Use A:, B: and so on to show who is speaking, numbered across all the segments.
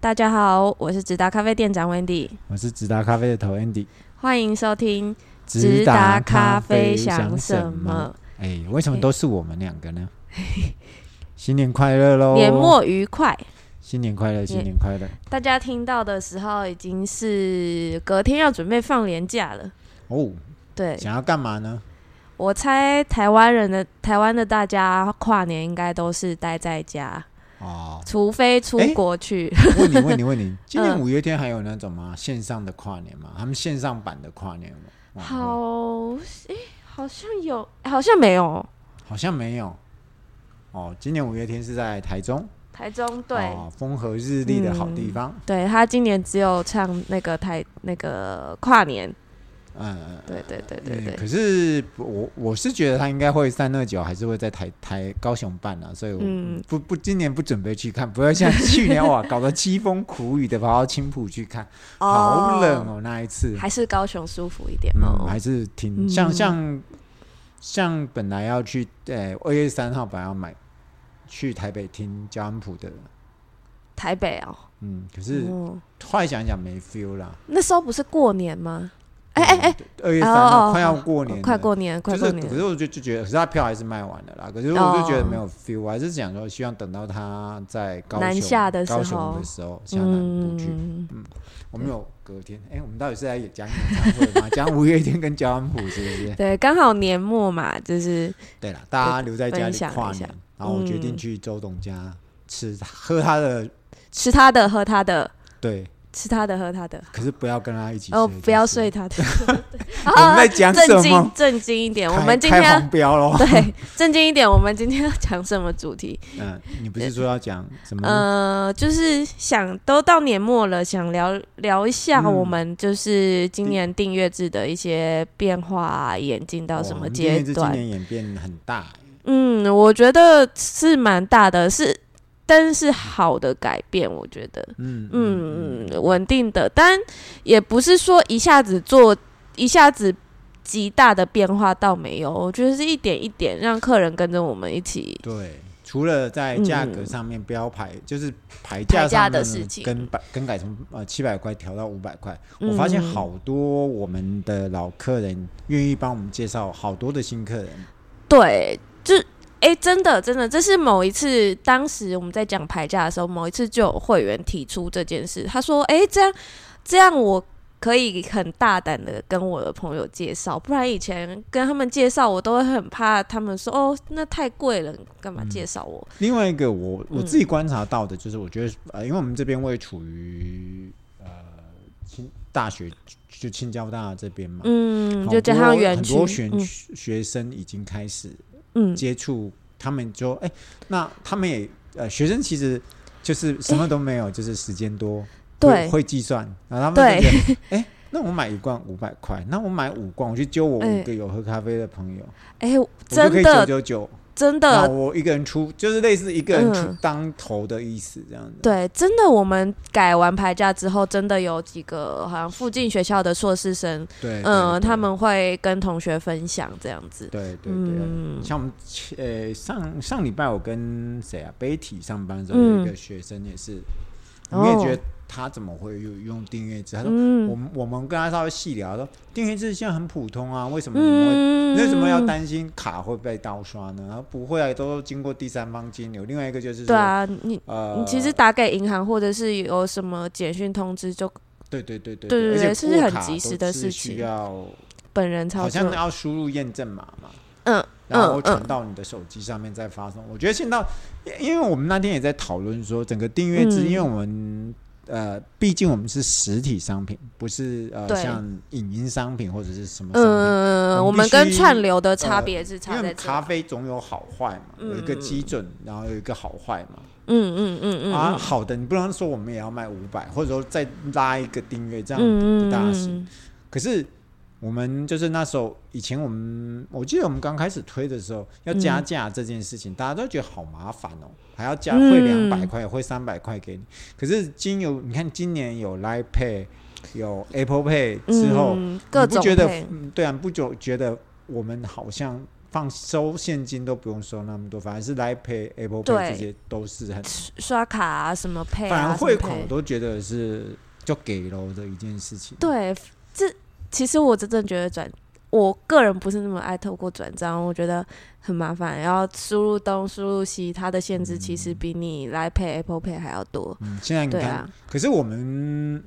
A: 大家好，我是直达咖啡店长 Wendy，
B: 我是直达咖啡的头 Andy。
A: 欢迎收听
B: 直达咖啡
A: 想
B: 想
A: 什
B: 什
A: 么
B: 么？哎、为什么都是我们两个呢？新年快乐喽！
A: 年末愉快。
B: 新年快乐，新年快乐！
A: 大家听到的时候已经是隔天要准备放年假了。
B: 哦，
A: 对，
B: 想要干嘛呢？
A: 我猜台湾人的台湾的大家跨年应该都是待在家，，
B: 哦
A: 除非出
B: 诶
A: 国去。
B: 问你，问你，问你，今年五月天还有那种吗？线上的跨年吗？他们线上版的跨年吗？晚会
A: 好，诶、好像有，好像没有。
B: 好像没有。哦，今年五月天是在台中，
A: 台中对、
B: 哦，风和日丽的好地方。
A: 对，他今年只有唱那个台那个跨年。
B: 嗯嗯，
A: 对对对对
B: 嗯
A: 对。
B: 可是我我是觉得他应该会三二九还是会在台台高雄办啊，所以我
A: 嗯
B: 不、不今年不准备去看，不要像 去年哇搞得凄风苦雨的跑到青浦去看，好冷
A: 哦，
B: 哦那一次，
A: 还是高雄舒服一点
B: 嗯
A: 哦。
B: 还是挺
A: 嗯
B: 像像像本来要去呃二月三号本来要买去台北听焦安普的，
A: 台北哦，
B: 嗯，可是
A: 哦
B: 后来想一想没 feel 啦，嗯
A: 那时候不是过年吗？哎哎哎，
B: 二月
A: 哦
B: 三号
A: 哦
B: 快要
A: 哦
B: 过年了，
A: 快过年，快
B: 就
A: 过
B: 是，可
A: 年。
B: 是我就就觉得，可是他票还是卖完了啦。可是我就觉得没有 feel，、我还是想说，希望等到他在高
A: 哦
B: 雄
A: 南下的时候
B: 高雄的时候下南部去。
A: 嗯，
B: 我们有隔天，哎、我们到底是在讲演唱会吗？讲五月天跟焦安普是不是？
A: 对，刚好年末嘛，就是
B: 对了，大家留在家
A: 分
B: 里
A: 享
B: 跨
A: 一下
B: 年，然后我决定
A: 嗯
B: 去周董家吃喝他的，
A: 吃他的，喝他的，
B: 对，
A: 吃他的，喝他的。
B: 可是不要跟他一起睡。
A: 哦，
B: 就是
A: 不要睡。啊他的。
B: 我们在讲什
A: 正经
B: 么？
A: 正经一点，我
B: 开
A: 们今
B: 开
A: 天
B: 黄标 喽。
A: 对正经一点，我们今天要讲什么主题？
B: 嗯，你不是说要讲什么？
A: 呃，就是想都到年末了，想聊聊一下
B: 嗯
A: 我们就是今年订阅制的一些变化、啊，演进到什
B: 哇
A: 么
B: 哦你今
A: 阶
B: 天是今
A: 段。
B: 年演变很大、欸
A: 嗯，我觉得是蛮大的，是但是好的改变，我觉得，
B: 嗯
A: 嗯，稳定的，但也不是说一下子做一下子。极大的变化倒没有，我觉得是一点一点让客人跟着我们一起
B: 对，除了在价格
A: 嗯
B: 上面标牌，就是牌
A: 牌
B: 价
A: 价
B: 上
A: 的
B: 面
A: 事情
B: 更改更改从呃七百块调到五百块，我发现
A: 嗯
B: 好多我们的老客人愿意帮我们介绍好多的新客人，
A: 对，就哎、真的真的，这是某一次，当时我们在讲牌价的时候，某一次就有会员提出这件事，他说：“哎、这样这样我。”可以很大胆的跟我的朋友介绍，不然以前跟他们介绍，我都会很怕他们说哦，那太贵了，你干嘛介绍我？
B: 另外一个我我自己
A: 嗯
B: 观察到的就是，我觉得、呃，因为我们这边位处于呃清大学就青交大这边嘛，
A: 嗯，
B: 哦好
A: 就加
B: 多
A: 上园
B: 很
A: 区，
B: 多学
A: 嗯
B: 学生已经开始
A: 嗯，
B: 接触，他们就哎、那他们也呃，学生其实就是什么都没有，就是时间多，
A: 对
B: 会会计算，然后他们就觉得哎、那我买一罐五百块，那我买五罐，我去揪我
A: 哎
B: 五个有喝咖啡的朋友，
A: 哎、
B: 我就可
A: 真
B: 以九
A: 的
B: 九九，
A: 真
B: 那
A: 的
B: 我一个人出，就是类似一个人出
A: 嗯
B: 当头的意思这样子。
A: 对，真的，我们改完牌价之后，真的有几个好像附近学校的硕士生
B: 对，
A: 嗯，
B: 嗯，
A: 他们会跟同学分享这样子。
B: 对对对。
A: 嗯，
B: 像我们呃、上上礼拜我跟谁啊贝体上班的时候，
A: 嗯
B: 有一个学生也是，我们也
A: 哦
B: 觉得他怎么会用用订阅制？他说
A: 嗯
B: 我们我们跟他稍微细聊，说订阅制现在很普通啊，为什么你们会、
A: 嗯，
B: 为什么要担心卡会被盗刷呢？啊不会啊，都经过第三方金流。另外一个就是说，
A: 对啊，你
B: 呃，
A: 你其实打给银行或者是有什么简讯通知，就
B: 对对对对
A: 对对
B: 而且
A: 对是很
B: 过卡
A: 及时
B: 都
A: 的
B: 是
A: 事
B: 需
A: 情
B: 要
A: 本人操
B: 好像
A: 作。
B: 要输入验证码嘛，
A: 嗯，
B: 然后
A: 嗯
B: 传到你的手机上面再发送。我觉得现在，因因为我们那天也在讨论说，整个订阅制，
A: 嗯
B: 因为我们呃，毕竟我们是实体商品，不是呃
A: 对
B: 像影音商品或者是什么商品。
A: 嗯，
B: 我
A: 我
B: 们
A: 们
B: 必
A: 跟
B: 须呃
A: 串流的差别是差
B: 因
A: 在
B: 为
A: 这
B: 咖。啡总有好坏嘛，有一个基准，然后有一个好坏嘛。
A: 嗯嗯嗯嗯
B: 啊，
A: 嗯
B: 好的，你不能说我们也要卖五百，或者说再拉一个订阅，这样
A: 嗯
B: 不大行。
A: 嗯
B: 可是我们就是那时候以前我们，我记得我们刚开始推的时候要加价这件事情，大家都觉得好麻烦哦，还要加
A: 嗯
B: 汇两百块，汇三百块给你。可是今有你看今年有 Line Pay，有 Apple Pay 之后，
A: 嗯
B: 你
A: 各
B: 不
A: 种
B: 觉得
A: 配
B: 嗯对啊，你不就觉得我们好像放收现金都不用收那么多，反而是来 Pay、Apple
A: 对
B: Pay 这些都是很，
A: 刷卡啊，什么配
B: 反
A: 啊，
B: 而汇
A: 什么
B: 款
A: Pay
B: 我都觉得是就给喽的一件事情。
A: 对，这其实我真正觉得转，我个人不是那么爱透过转账，我觉得很麻烦，然后输入东输入西，它的限制其实比你来配 Apple Pay 还要多。
B: 嗯，现在你
A: 对
B: 看，
A: 啊，
B: 可是我们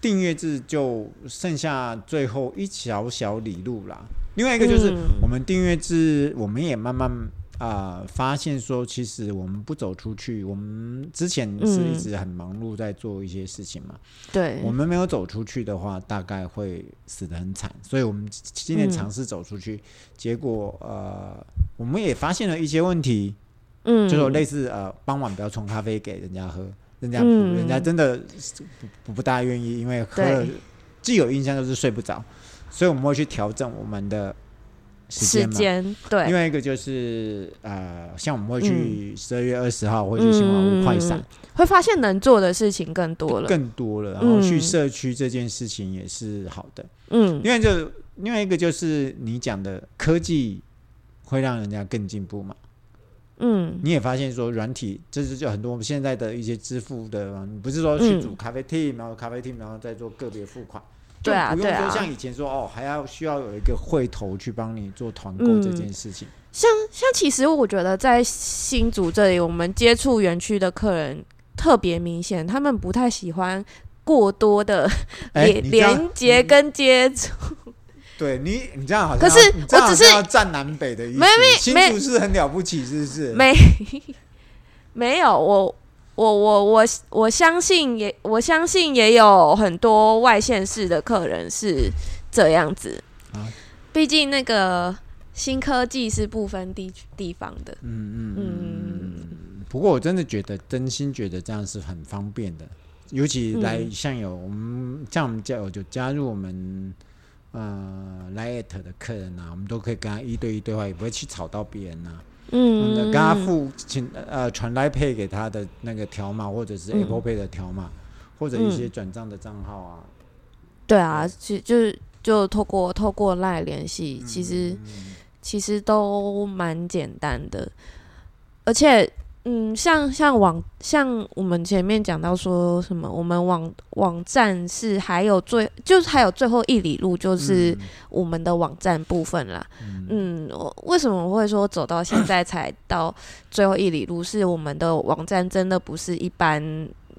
B: 订阅制就剩下最后一小小里路啦。另外一个就是
A: 嗯
B: 我们订阅制，我们也慢慢啊、呃发现说，其实我们不走出去，我们之前是一直很忙碌在做一些事情嘛。
A: 对
B: 我，们没有走出去的话，大概会死得很惨。所以我们今年
A: 嗯
B: 尝试走出去，结果呃，我们也发现了一些问题。
A: 嗯，
B: 就是类似呃，傍晚不要冲咖啡给人家喝，人家、人家
A: 嗯
B: 真的是不不不大愿意，因为喝了
A: 对
B: 既有印象就是睡不着，所以我们会去调整我们的时
A: 时
B: 间嘛。
A: 间，对
B: 另，外一个就是呃，像我们会
A: 嗯
B: 去十二月二十号会去新
A: 嗯嗯嗯
B: 华屋快闪，
A: 会发现能做的事情更多了。
B: 更多了，然后去
A: 嗯
B: 社区这件事情也是好的。
A: 嗯，
B: 另外就另外一个就是你讲的科技会让人家更进步嘛。
A: 嗯，
B: 你也发现说，软体这是就很多现在的一些支付的嘛，你不是说去
A: 嗯
B: 组咖啡 team，、然后咖啡 team，然后再做个别付款，
A: 对啊
B: 就不
A: 对
B: 用
A: 啊
B: 说像以前说哦，还要需要有一个会头去帮你做团购
A: 嗯
B: 这件事情。
A: 像像其实我觉得在新竹这里，我们接触园区的客人特别明显，他们不太喜欢过多的
B: 哎、
A: 连
B: 你这样
A: 连接跟接触。
B: 对你，你这样好像
A: 可
B: 要，
A: 是
B: 你这样
A: 我只
B: 好
A: 是
B: 像要站南北的意思，
A: 没
B: 新
A: 没
B: 竹是很了不起，是不 是？
A: 没没有，我我我我我相信也我相信也有很多外县市的客人是这样子
B: 啊，
A: 毕竟那个新科技是不分地区地方的，
B: 嗯嗯
A: 嗯
B: 嗯。不过我真的觉得，真心觉得这样是很方便的，尤其来
A: 嗯
B: 像有我们像我们加有就加入我们呃来 at 的客人啊，我们都可以跟他一对一对话，也不会去吵到别人啊。
A: 嗯
B: 嗯，跟他付请呃传来配给他的那个条码，或者是
A: 嗯
B: Apple Pay 的条码，或者一些
A: 嗯
B: 转账的账号啊。
A: 对啊，其就是就透过透过赖联系，其实、
B: 嗯
A: 其实都蛮简单的，而且嗯，像像网像我们前面讲到说什么，我们网网站是还有最就是还有最后一里路
B: 嗯
A: 就是我们的网站部分啦。嗯，我为什么我会说走到现在才到最后一里路？是我们的网站真的不是一般，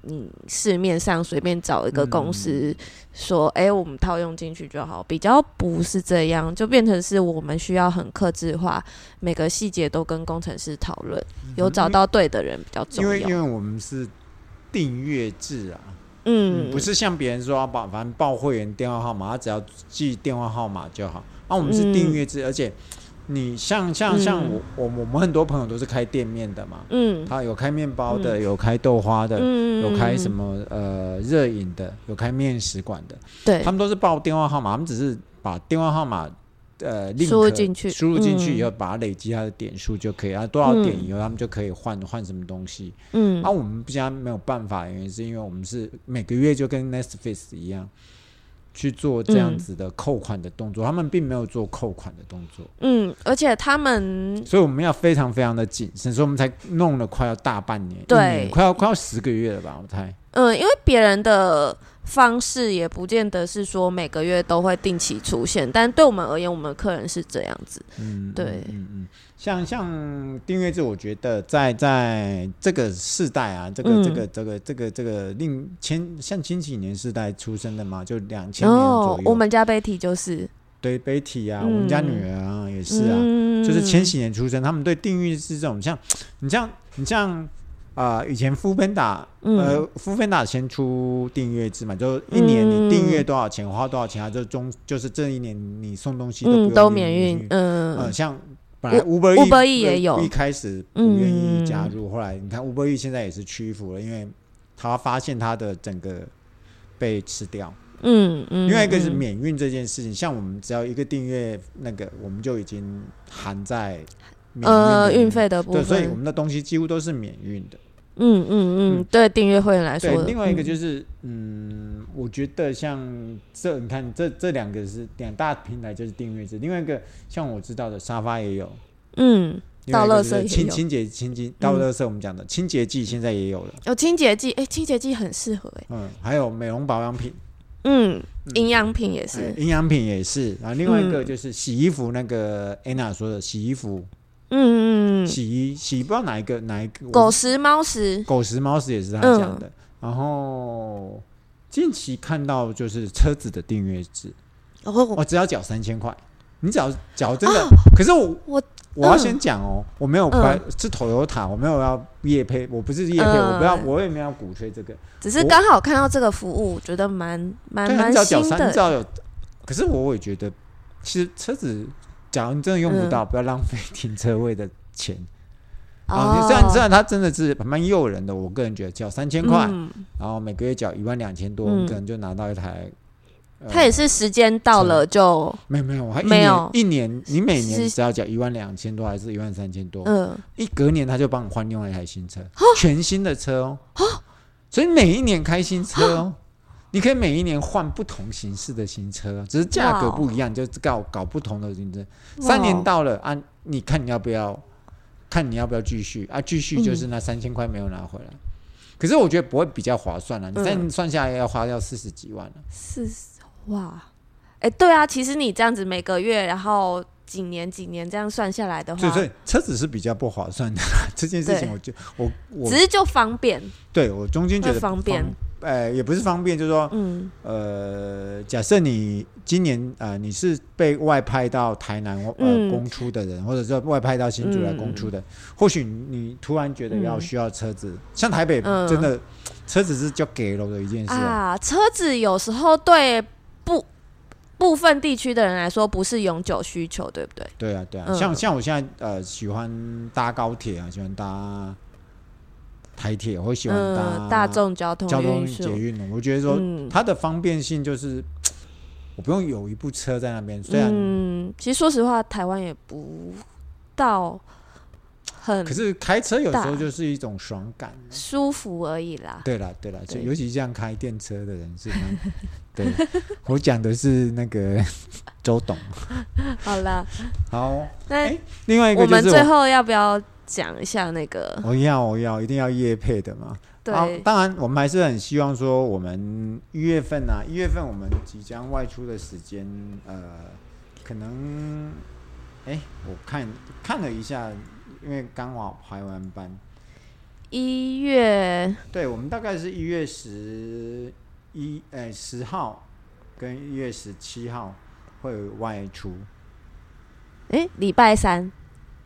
A: 嗯，市面上随便找一个公司
B: 嗯
A: 说，哎、我们套用进去就好，比较不是这样，就变成是我们需要很克制化，每个细节都跟工程师讨论，有找到对的人比较重
B: 因嗯为因
A: 要。
B: 为我们是订阅制啊，
A: 嗯，
B: 嗯，不是像别人说啊，报反正报会员电话号码，他只要记电话号码就好。啊，我们是订阅制，而且你像像像
A: 嗯
B: 我我我们很多朋友都是开店面的嘛，
A: 嗯，
B: 他有开面包的，有开豆花的，
A: 嗯
B: 有开什？么呃热饮的，有开面食馆的，
A: 嗯对
B: 他，们都是报电话号码，他们只是把电话号码。呃，link
A: 输入进去
B: 输入进去
A: 嗯
B: 以后，把它累积它的点数就可以啊，多少点
A: 嗯
B: 以后他们就可以换换什么东西。
A: 嗯
B: 啊，，我们不加没有办法，原因是因为我们是每个月就跟 Netflix 一样去做这样
A: 嗯
B: 子的扣款的动作，他们并没有做扣款的动作，
A: 嗯，而且他们
B: 所以我们要非常非常的谨慎，所以我们才弄了快要大半年，一
A: 对
B: 年快要快要十个月了吧，我猜。
A: 嗯，因为别人的方式也不见得是说每个月都会定期出现，但对我们而言，我们客人是这样子。
B: 嗯，
A: 对
B: 嗯嗯嗯，像像订阅制，我觉得在在这个世代啊，这个、这
A: 嗯
B: 个这个这个这个令千像千禧年世代出生的嘛，就两千
A: 然
B: 年左
A: 后哦
B: 右，
A: 我们家 Betty 就是，
B: 对 Betty 啊，我们家
A: 嗯
B: 女儿啊也是啊，
A: 嗯
B: 就是千，禧年出生，他们对定义是这种像，你像你像啊、呃以前夫芬达
A: 嗯
B: 呃，夫芬达先出订阅制嘛，就一年你订阅
A: 嗯
B: 多少钱，花多少钱啊，就中就是这一年你送东西都不
A: 嗯，
B: 用
A: 都
B: 你
A: 免运，
B: 呃，
A: 嗯
B: 像本来
A: U-
B: Uber
A: Uber
B: E
A: Eats 也有嗯
B: 一开始不愿意加入，后来你看 Uber E 现在也是屈服了，因为他发现他的整个被吃掉。
A: 嗯嗯，
B: 另外一个是
A: 嗯
B: 免运这件事情，像我们只要一个订阅那个，我们就已经含在免
A: 呃
B: 运里
A: 运
B: 面
A: 费的部
B: 对，
A: 分，
B: 所以我们的东西几乎都是免运的。
A: 嗯嗯嗯
B: 嗯，
A: 对订阅会员来
B: 对
A: 说，，
B: 另外一个就是，嗯，我觉得像这，你看这这两个是两大平台，就是订阅制。另外一个像我知道的沙发也有，
A: 嗯，
B: 另外
A: 倒
B: 一个
A: 垃圾也
B: 是
A: 有嗯
B: 清清洁清洁倒垃圾，我们讲的清洁剂现在也有了，
A: 有清洁剂，哎、清洁剂很适合、哎，
B: 嗯，还有美容保养品，
A: 嗯，营养品也
B: 哎
A: 是，
B: 营养品也是。然后另外一个
A: 嗯
B: 就是洗衣服，那个 Anna 说的洗衣服，
A: 嗯嗯嗯，
B: 洗衣洗不知道哪一个哪一个我
A: 狗食、猫食，
B: 狗食猫食也是他
A: 嗯
B: 讲的。然后近期看到就是车子的订阅制，
A: 哦，
B: 我只要缴三千块。你只要缴真的，可是我
A: 我
B: 我要
A: 嗯
B: 先讲哦，我没有
A: 嗯
B: 关是 Toyota，我没有要业配，我不是业配，
A: 嗯
B: 我不要，我也没有要鼓吹这个。
A: 只是刚好看到这个服务，觉得蛮蛮
B: 哦对，啊你
A: 蛮
B: 只要缴
A: 新
B: 三，你
A: 的，
B: 只要有，可是我也觉得，其实车子，假如你真的用不
A: 嗯
B: 到，不要浪费停车位的钱啊。虽然虽
A: 哦，
B: 然它真的是蛮诱人的，我个人觉得缴三千块，
A: 嗯
B: 然后每个月缴一万两千多，
A: 嗯
B: 你可能就拿到一台。呃
A: 它也是时间到了就，
B: 没有没有，还一
A: 没
B: 年
A: 有
B: 一年，你每年
A: 是
B: 只要缴一万两千多还是一万三千多，
A: 嗯，
B: 一隔年他就帮你换另外一台新车，
A: 哦
B: 全新的车哦。所以每一年开新车哦，你可以每一年换不同形式的新车哦，只是价格
A: 哇哦
B: 不一样，你就搞搞不同的新车。三
A: 哇
B: 年
A: 哦，
B: 到了啊，你看你要不要？看你要不要继续啊？继续就是
A: 嗯
B: 那三千块没有拿回来，可是我觉得不会比较划算了、啊你再
A: 嗯
B: 算下来要花掉四十几万啊了、
A: 是哇，哎、对啊，其实你这样子每个月，然后几年几年这样算下来的话，
B: 对对，车子是比较不划算的 这件事情
A: 对
B: 我就，我我
A: 只是就方便，
B: 对我中间觉
A: 会
B: 得
A: 方
B: 不
A: 便，
B: 呃，也不是方便，就是说
A: 嗯
B: 呃，假设你今年呃你是被外派到台南呃、
A: 嗯
B: 公出的人，或者是外派到新竹来公出的，或许你突然觉得要需要车子，像台北
A: 嗯
B: 真的、车子是就给了的一件事、啊。
A: 啊，车子有时候对部部分地区的人来说不是永久需求，对不对？
B: 对啊，对啊，
A: 嗯
B: 像像我现在呃喜欢搭高铁啊，喜欢搭台铁，我喜欢搭、
A: 嗯，大众交通
B: 啊交通
A: 运
B: 捷
A: 输，
B: 运。啊我觉得说
A: 嗯
B: 它的方便性就是，我不用有一部车在那边，虽然、
A: 嗯，其实说实话，台湾也不到很
B: 可是开车有时候
A: 大
B: 就是一种爽感。
A: 舒服而已啦。
B: 对啦，对啦，就
A: 对
B: 尤其像开电车的人是蛮， 对，我讲的是那个 周董。
A: 好啦，
B: 好，
A: 那
B: 哎另外一个
A: 我们
B: 就是
A: 最后要不要讲一下那个？
B: 我要我要一定要业配的嘛。啊
A: 对，
B: 当然我们还是很希望说，我们一月份啊，一月份我们即将外出的时间，呃，可能，哎，我看看了一下，因为刚好排完班，
A: 一月
B: 对，我们大概是一月十一，哎，十号跟一月十七号会外出
A: 哎礼拜三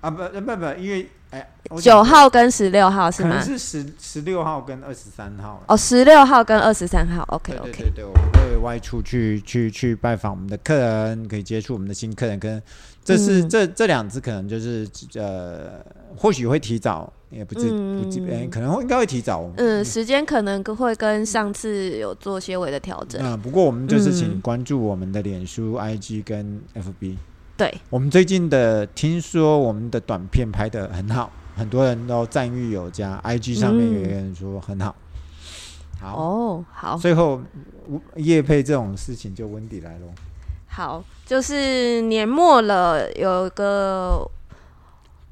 B: 啊，不呃不不，一月哎我
A: 九
B: 讲错了
A: 号跟十六号是
B: 可能
A: 吗？
B: 是十十六号跟二十三号了。
A: 哦，十六号跟二十三号，OK
B: 对对
A: OK，
B: 对对，我们会外出去去去拜访我们的客人，可以接触我们的新客人，跟这是、
A: 嗯
B: 这这两次可能就是呃，或许会提早，也不知、不知，
A: 嗯
B: 哎、可能会应该会提早。
A: 嗯，时间可能会跟上次有做些微的调整，
B: 嗯，不过我们就是请
A: 嗯
B: 关注我们的脸书、IG 跟 FB。
A: 对，
B: 我们最近的听说我们的短片拍得很好，很多人都赞誉有加，IG 上面有一个人说很好。好，
A: 哦，好
B: 最后叶配这种事情就温迪来喽。
A: 好，就是年末了，有个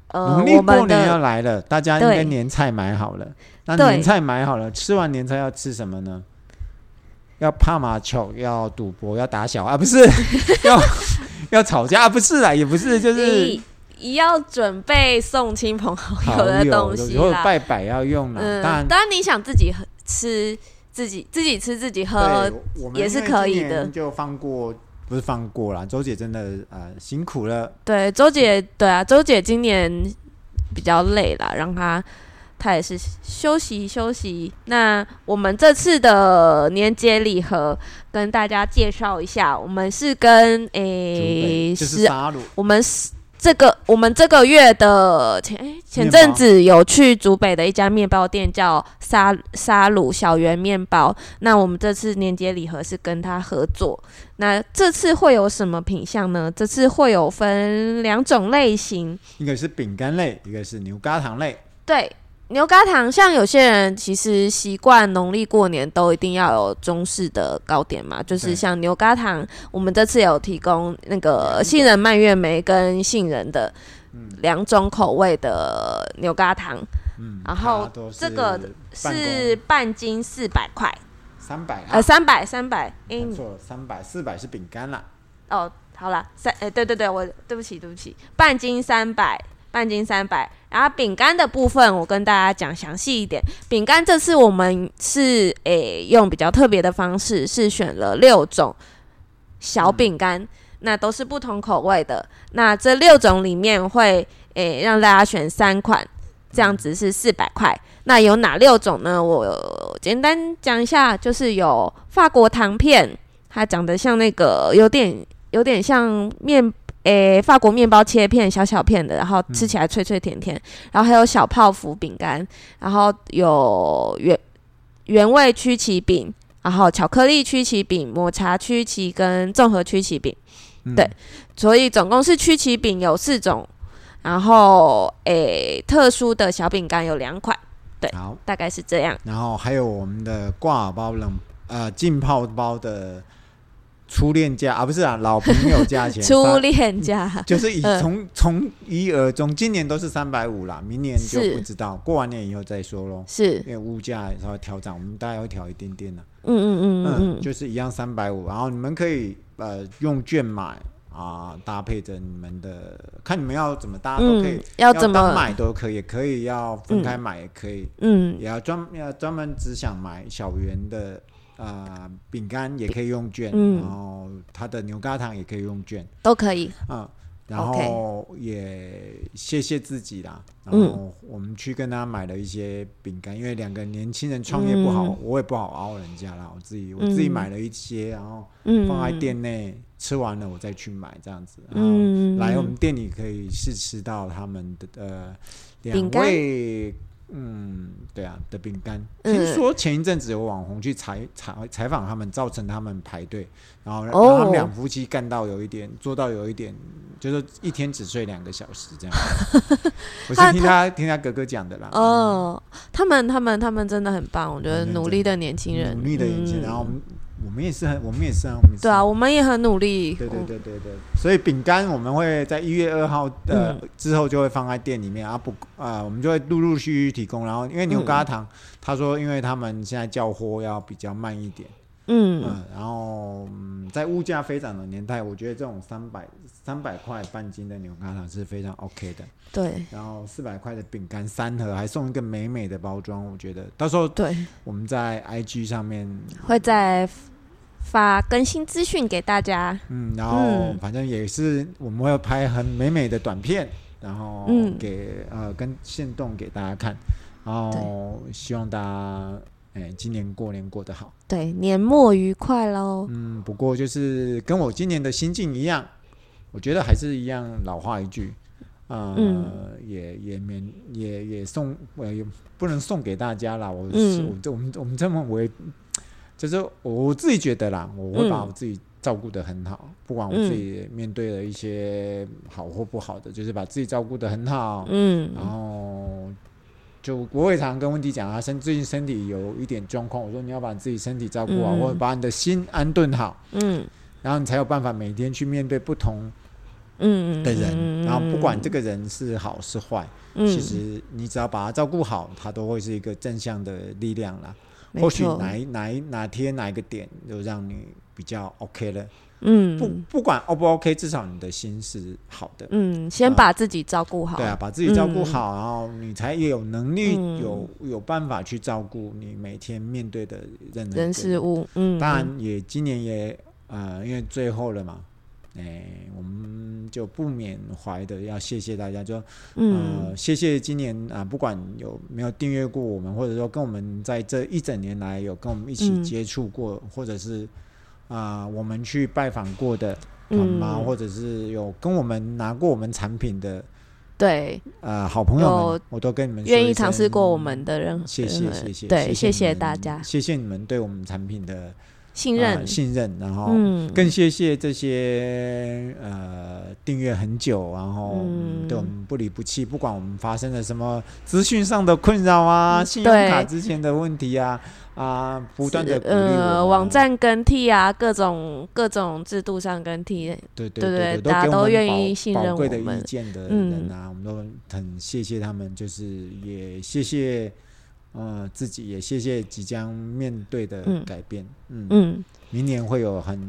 A: 呃，
B: 农历
A: 我
B: 过
A: 们
B: 年啊要
A: 的
B: 来了，大家应该
A: 对
B: 年菜买好了。那
A: 对
B: 年菜买好了，吃完年菜要吃什么呢？要怕麻球，要赌博，要打小啊， 不是要要吵架啊，不是啦，也不是，就是
A: 一一要准备送亲朋好
B: 好
A: 友的
B: 友
A: 东
B: 有
A: 西
B: 时候
A: 啦，
B: 拜拜要用啦。
A: 嗯，
B: 当然，
A: 当然你想自己喝吃，自己自己吃自己喝，
B: 对，我们
A: 呃也是可以的
B: 因为今年就放过，不是放过啦，周姐真的呃辛苦了。
A: 对，周姐，对啊，周姐今年比较累啦，让她她也是休息休息。那我们这次的年节礼盒跟大家介绍一下，我们是跟诶
B: 竹北就
A: 十、
B: 是沙鲁，
A: 我们是这个我们这个月的前诶前阵子有去竹北的一家面包店叫沙沙鲁小圆面包，那我们这次年节礼盒是跟他合作。那这次会有什么品相呢？这次会有分两种类型，
B: 一个是饼干类，一个是牛轧糖类。
A: 对，牛轧糖，像有些人其实习惯农历过年都一定要有中式的糕点嘛，就是
B: 对
A: 像牛轧糖，我们这次有提供那个杏仁蔓越莓跟杏仁的
B: 嗯
A: 两种口味的牛轧糖，
B: 嗯，
A: 然后
B: 它都
A: 这个
B: 办公
A: 是半斤四百块，
B: 三百
A: 呃，
B: 啊，
A: 三百三百，哎，
B: 错了，三百四百是饼干啦，
A: 哦，好了，三，哎，对对对，我对不起对不起，半斤三百，半斤三百。然后饼干的部分，我跟大家讲详细一点。饼干这次我们是诶、用比较特别的方式，是选了六种小饼干，那都是不同口味的。那这六种里面会诶、让大家选三款，这样子是四百块。那有哪六种呢？我简单讲一下，就是有法国糖片，它长得像那个有点有点像面诶、法国面包切片小小片的，然后吃起来脆脆甜甜。然后还有小泡芙饼干，然后有原原味曲奇饼，然后巧克力曲奇饼、抹茶曲奇跟综合曲奇饼，
B: 嗯
A: 对，所以总共是曲奇饼有四种，然后诶、特殊的小饼干有两款，
B: 好，
A: 大概是这样。
B: 然后还有我们的挂耳包冷呃浸泡包的初恋价啊，不是啊，老朋友价 钱，
A: 初
B: 三
A: 恋家，
B: 就是以
A: 嗯
B: 从从一而终，今年都是三百五啦，明年就是不知道，过完年以后再说喽。
A: 是
B: 因，为物价稍微调整，我们大概会调一点点啦。
A: 嗯嗯嗯
B: 嗯，
A: 嗯
B: 就是一样三百五，然后你们可以呃用券买啊，搭配着你们的，看你们要怎么搭都可以，
A: 嗯，要怎
B: 单
A: 么？
B: 买都可以，可以要分开买也可以，
A: 嗯，
B: 也要专要专门只想买小圆的呃饼干也可以用券，
A: 嗯
B: 然后它的牛轧糖也可以用券，
A: 都可以。
B: 嗯，然后也谢谢自己啦。然
A: 嗯
B: 后我们去跟他买了一些饼干，因为两个年轻人创业不好，
A: 嗯
B: 我也不好凹人家啦。我自己我自己
A: 嗯
B: 买了一些，然后
A: 嗯，
B: 放在店内、吃完了，我再去买这样子。
A: 嗯，
B: 嗯，
A: 嗯，
B: 来我们店里可以试吃到他们的呃两
A: 饼干
B: 位。嗯，对啊的饼干，
A: 嗯
B: 听说前一阵子有网红去采采采访他们，造成他们排队，然后让
A: 哦
B: 让他们两夫妻干到有一点，做到有一点，就是一天只睡两个小时 这样。我
A: 啊
B: 是听他听他哥哥讲的啦。嗯
A: 哦，他们他们他们真的很棒，我觉得
B: 他们
A: 努
B: 真
A: 力的年轻人，
B: 努力的眼
A: 嗯
B: 睛，然后我们我们也是很，我们也是啊，我们也是
A: 对啊，我们也很努力，
B: 对对
A: 嗯
B: 对对对，所以饼干我们会在一月二号呃、之后就会放在店里面啊不啊、我们就会陆陆续续提供。然后因为牛轧糖，他说因为他们现在叫货要比较慢一点，嗯，
A: 嗯，
B: 然后、嗯、在物价飞涨的年代，我觉得这种三百三百块半斤的牛轧糖是非常 OK 的。
A: 对
B: 然后四百块的饼干三盒，还送一个美美的包装，我觉得到时候
A: 对，
B: 我们在 IG 上面
A: 会再发更新资讯给大家，
B: 嗯，然后
A: 嗯
B: 反正也是我们会拍很美美的短片，然后
A: 嗯
B: 给、呃跟现动给大家看，然后希望大家哎今年过年过得好。
A: 对，年末愉快喽，
B: 嗯，不过就是跟我今年的心境一样，我觉得还是一样老话一句，呃，
A: 嗯
B: 也也免也也送呃也不能送给大家啦。我、
A: 嗯
B: 我这我们我们这么为，就是我自己觉得啦，我会把
A: 嗯
B: 我自己照顾得很好，不管我自己面对了一些好或不好的，就是把自己照顾得很好，
A: 嗯
B: 然后就我也常跟温迪讲啊，身最近身体有一点状况，我说你要把自己身体照顾好，
A: 嗯
B: 或者把你的心安顿好，
A: 嗯
B: 然后你才有办法每天去面对不同
A: 嗯
B: 的人。然后不管这
A: 个，
B: 个人是好是坏，
A: 嗯
B: 其实你只要把他照顾好，他都会是一个正向的力量啦。
A: 没
B: 或许
A: 错
B: 哪一哪一哪天哪一个点就让你比较 OK 了，不
A: 嗯
B: 不管 O 不 OK，至少你的心是好的。
A: 嗯，先把自己照顾好，
B: 啊对啊，把自己照顾
A: 嗯
B: 好，然后你才有能力、
A: 嗯
B: 有有办法去照顾你每天面对的任何
A: 人事
B: 物。
A: 物，嗯，
B: 当然也今年也呃，因为最后了嘛，哎，我们就不免怀的要谢谢大家，就
A: 嗯，
B: 呃，谢谢今年啊、不管有没有订阅过我们，或者说跟我们在这一整年来有跟我们一起
A: 嗯
B: 接触过，或者是啊、我们去拜访过的团
A: 嗯
B: 妈，或者是有跟我们拿过我们产品的。
A: 对，
B: 呃，好朋友们
A: 有，
B: 我都跟你们说
A: 愿意
B: 一声
A: 尝试过我们，的任何，
B: 谢谢
A: 任何
B: 谢谢，
A: 对，
B: 谢
A: 谢
B: 你们
A: 大家，
B: 谢谢你们对我们产品的
A: 信任，
B: 呃信任，然后
A: 嗯，
B: 更谢谢这些呃订阅很久，然后、
A: 嗯
B: 嗯对我们不离不弃，不管我们发生了什么资讯上的困扰啊、
A: 嗯
B: 信用卡
A: 对
B: 之前的问题啊啊、不断的鼓励我们、啊
A: 呃网站更替啊，各种各种制度上更替，
B: 对对
A: 对对
B: 对，
A: 大家
B: 给我
A: 都
B: 们
A: 愿
B: 宝
A: 意信任
B: 宝贵
A: 我
B: 的
A: 们
B: 意见的
A: 嗯
B: 人啊，我们都很谢谢他们，就是也谢谢呃自己，也谢谢即将面对的
A: 嗯
B: 改变，嗯，
A: 嗯，
B: 明年会有很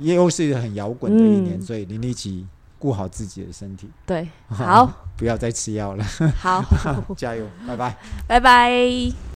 B: 也又是很摇滚的一年，
A: 嗯
B: 所以林立奇顾好自己的身体，
A: 对，好
B: 不要再吃药了，
A: 好，
B: 加油，拜拜。
A: 拜拜。